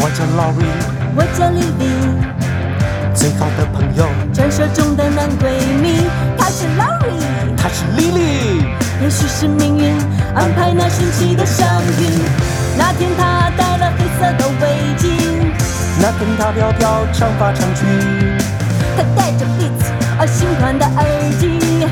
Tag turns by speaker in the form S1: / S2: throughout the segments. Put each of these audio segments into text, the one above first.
S1: Lori，
S2: 我叫丽丽，
S1: 最好的朋友
S2: 传说中的男闺蜜，他是 Lori。
S1: 她是 Lily。
S2: 也许是命运安排那神奇的相遇。那天他戴了黑色的围巾，
S1: 那天她飘飘长发长裙，
S2: 他戴着 Beats 而新款的耳机，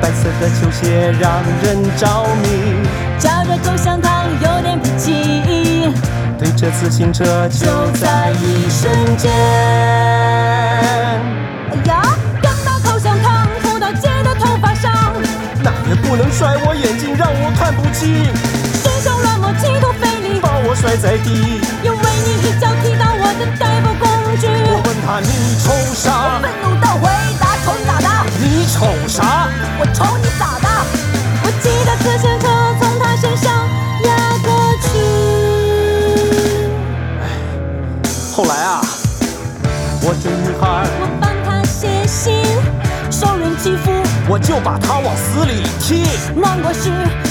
S1: 白色的球鞋让人着迷。
S2: 嚼着口香糖有点脾气，
S1: 对着自行车就
S2: 就在一瞬间。哎呀，扔到口香糖，涂到姐的头发上，
S1: 那也不能摔我眼睛，让我看不清，
S2: 伸手乱摸，气头费力，
S1: 把我摔在地。
S2: 因为你一脚踢到我的代步工具。
S1: 我问他你瞅啥？
S2: 愤怒的回答，瞅你咋的？
S1: 你瞅啥？
S2: 我瞅你咋的？我记得可深刻，从他身上压过去。
S1: 后来啊，我这女孩
S2: 我帮他写信，受人欺负，
S1: 我就把她往死里踢。
S2: 难过时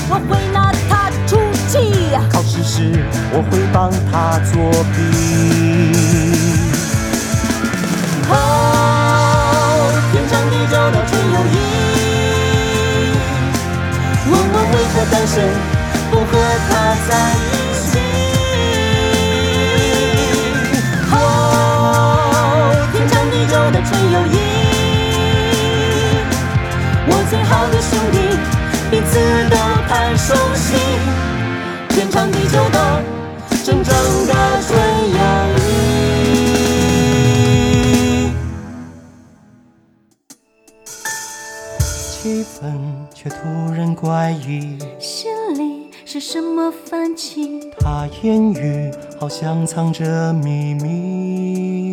S2: 我会拿他出气。
S1: 考试时我会帮她作弊。
S2: 哦，天长地久的纯友谊，我们为何单身，不和他在一起？哦，天长地久的纯友谊，我最好的兄弟，彼此都太熟悉，天长地久的，真正的纯友谊。
S1: 气氛却突然怪异，
S3: 心里是什么泛起？
S1: 她言语好像藏着秘密。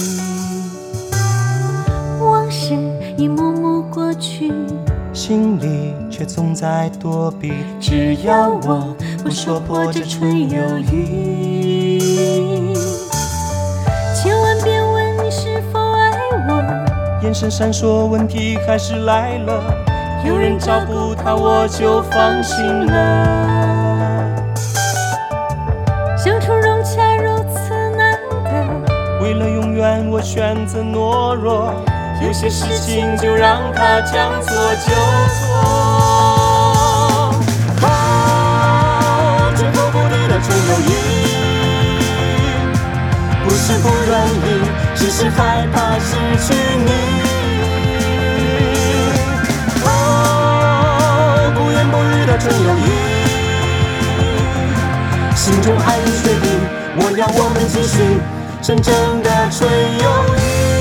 S3: 往事一幕幕过去，
S1: 心里却总在躲避。只要我不说破这纯友谊，
S3: 千万别问你是否爱我，
S1: 眼神闪烁，问题还是来了。有人照顾她，我就放心了。
S3: 相处融洽如此难得，
S1: 为了永远，我选择懦弱。有些事情就让它将错就错。
S2: 哦，这刻不离的纯友谊，
S1: 不是不愿意，
S2: 只是害怕失去你。
S1: 哦，不言不语的纯友谊，
S2: 心中爱意确定，我要我们继续真正的纯友谊。